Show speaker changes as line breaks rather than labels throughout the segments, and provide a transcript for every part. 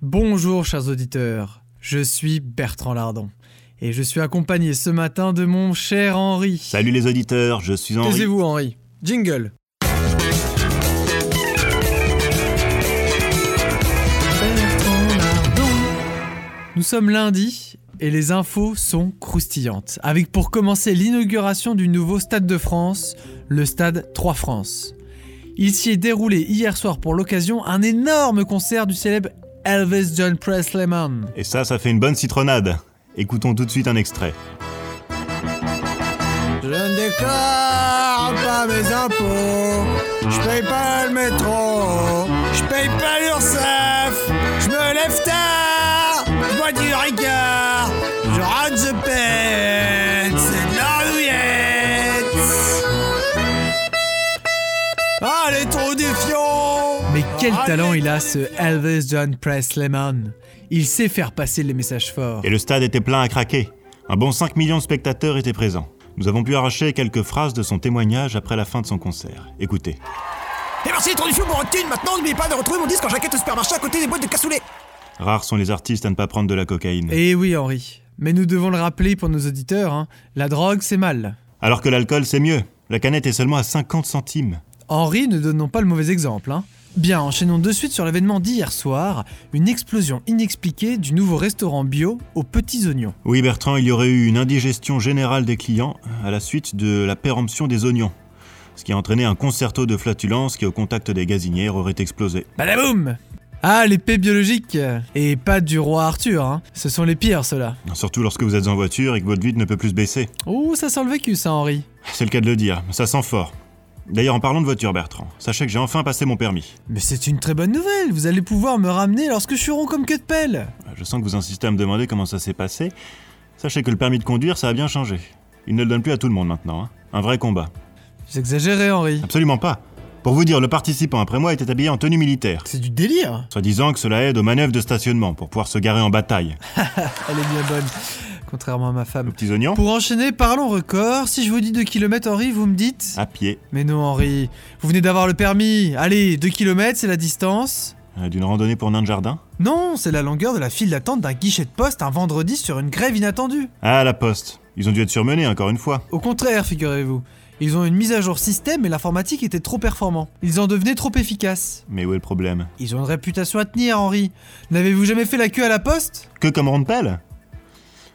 Bonjour chers auditeurs, je suis Bertrand Lardon et je suis accompagné ce matin de mon cher Henri.
Salut les auditeurs, je suis Henri.
Taisez-vous Henri, jingle. Nous sommes lundi et les infos sont croustillantes. Avec pour commencer l'inauguration du nouveau Stade de France, le Stade 3 France. Il s'y est déroulé hier soir pour l'occasion un énorme concert du célèbre Elvis John Presleyman.
Et ça, ça fait une bonne citronnade. Écoutons tout de suite un extrait.
Je ne déclare pas mes impôts, je paye pas le métro, je paye pas l'URSSAF, je me lève tard, je bois du ricard, je rate, je pète, c'est de l'andouillette. Ah, les trous du fion
Mais quel
Ah,
talent
les
il a
trous
ce
du fion.
Elvis John Presleyman. Il sait faire passer les messages forts.
Et le stade était plein à craquer. Un bon 5 millions de spectateurs étaient présents. Nous avons pu arracher quelques phrases de son témoignage après la fin de son concert. Écoutez.
Et merci les trous du fion pour votre thune, maintenant n'oubliez pas de retrouver mon disque en jaquette au supermarché à côté des boîtes de cassoulet
Rares sont les artistes à ne pas prendre de la cocaïne.
Eh oui Henri, mais nous devons le rappeler pour nos auditeurs, hein, la drogue c'est mal.
Alors que l'alcool, c'est mieux. La canette est seulement à 50 centimes.
Henri, ne donnons pas le mauvais exemple. Hein. Bien, enchaînons de suite sur l'événement d'hier soir, une explosion inexpliquée du nouveau restaurant bio aux petits oignons.
Oui, Bertrand, il y aurait eu une indigestion générale des clients à la suite de la péremption des oignons. Ce qui a entraîné un concerto de flatulence qui, au contact des gazinières, aurait explosé.
Badaboum Ah, l'épée biologique Et pas du roi Arthur, hein. ce sont les pires ceux-là.
Surtout lorsque vous êtes en voiture et que votre vide ne peut plus se baisser.
Oh, ça sent le vécu ça Henri.
C'est le cas de le dire, ça sent fort. D'ailleurs, en parlant de voiture, Bertrand, sachez que j'ai enfin passé mon permis.
Mais c'est une très bonne nouvelle, vous allez pouvoir me ramener lorsque je suis rond comme queue de pelle
Je sens que vous insistez à me demander comment ça s'est passé. Sachez que le permis de conduire, ça a bien changé. Il ne le donne plus à tout le monde maintenant. hein. Un vrai combat.
Vous exagérez Henri.
Absolument pas. Pour vous dire, le participant après moi était habillé en tenue militaire.
C'est du délire
Soit disant que cela aide aux manœuvres de stationnement pour pouvoir se garer en bataille.
Elle est bien bonne, contrairement à ma femme.
Nos petits oignons
Pour enchaîner, parlons record. Si je vous dis 2 km Henri, vous me dites
À pied.
Mais non, Henri, vous venez d'avoir le permis. Allez, 2 km, c'est la distance.
Euh, D'une randonnée pour nain de jardin
Non, c'est la longueur de la file d'attente d'un guichet de poste un vendredi sur une grève inattendue.
Ah, la poste. Ils ont dû être surmenés encore une fois.
Au contraire, figurez-vous. Ils ont une mise à jour système et l'informatique était trop performant. Ils en devenaient trop efficaces.
Mais où est le problème
Ils ont une réputation à tenir, Henri. N'avez-vous jamais fait la queue à la poste
Que comme rondelle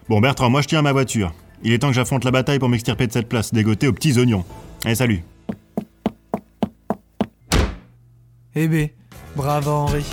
Bon Bertrand, moi je tiens à ma voiture. Il est temps que j'affronte la bataille pour m'extirper de cette place, dégotée aux petits oignons. Allez, salut
Eh bé, bravo ben, Henri.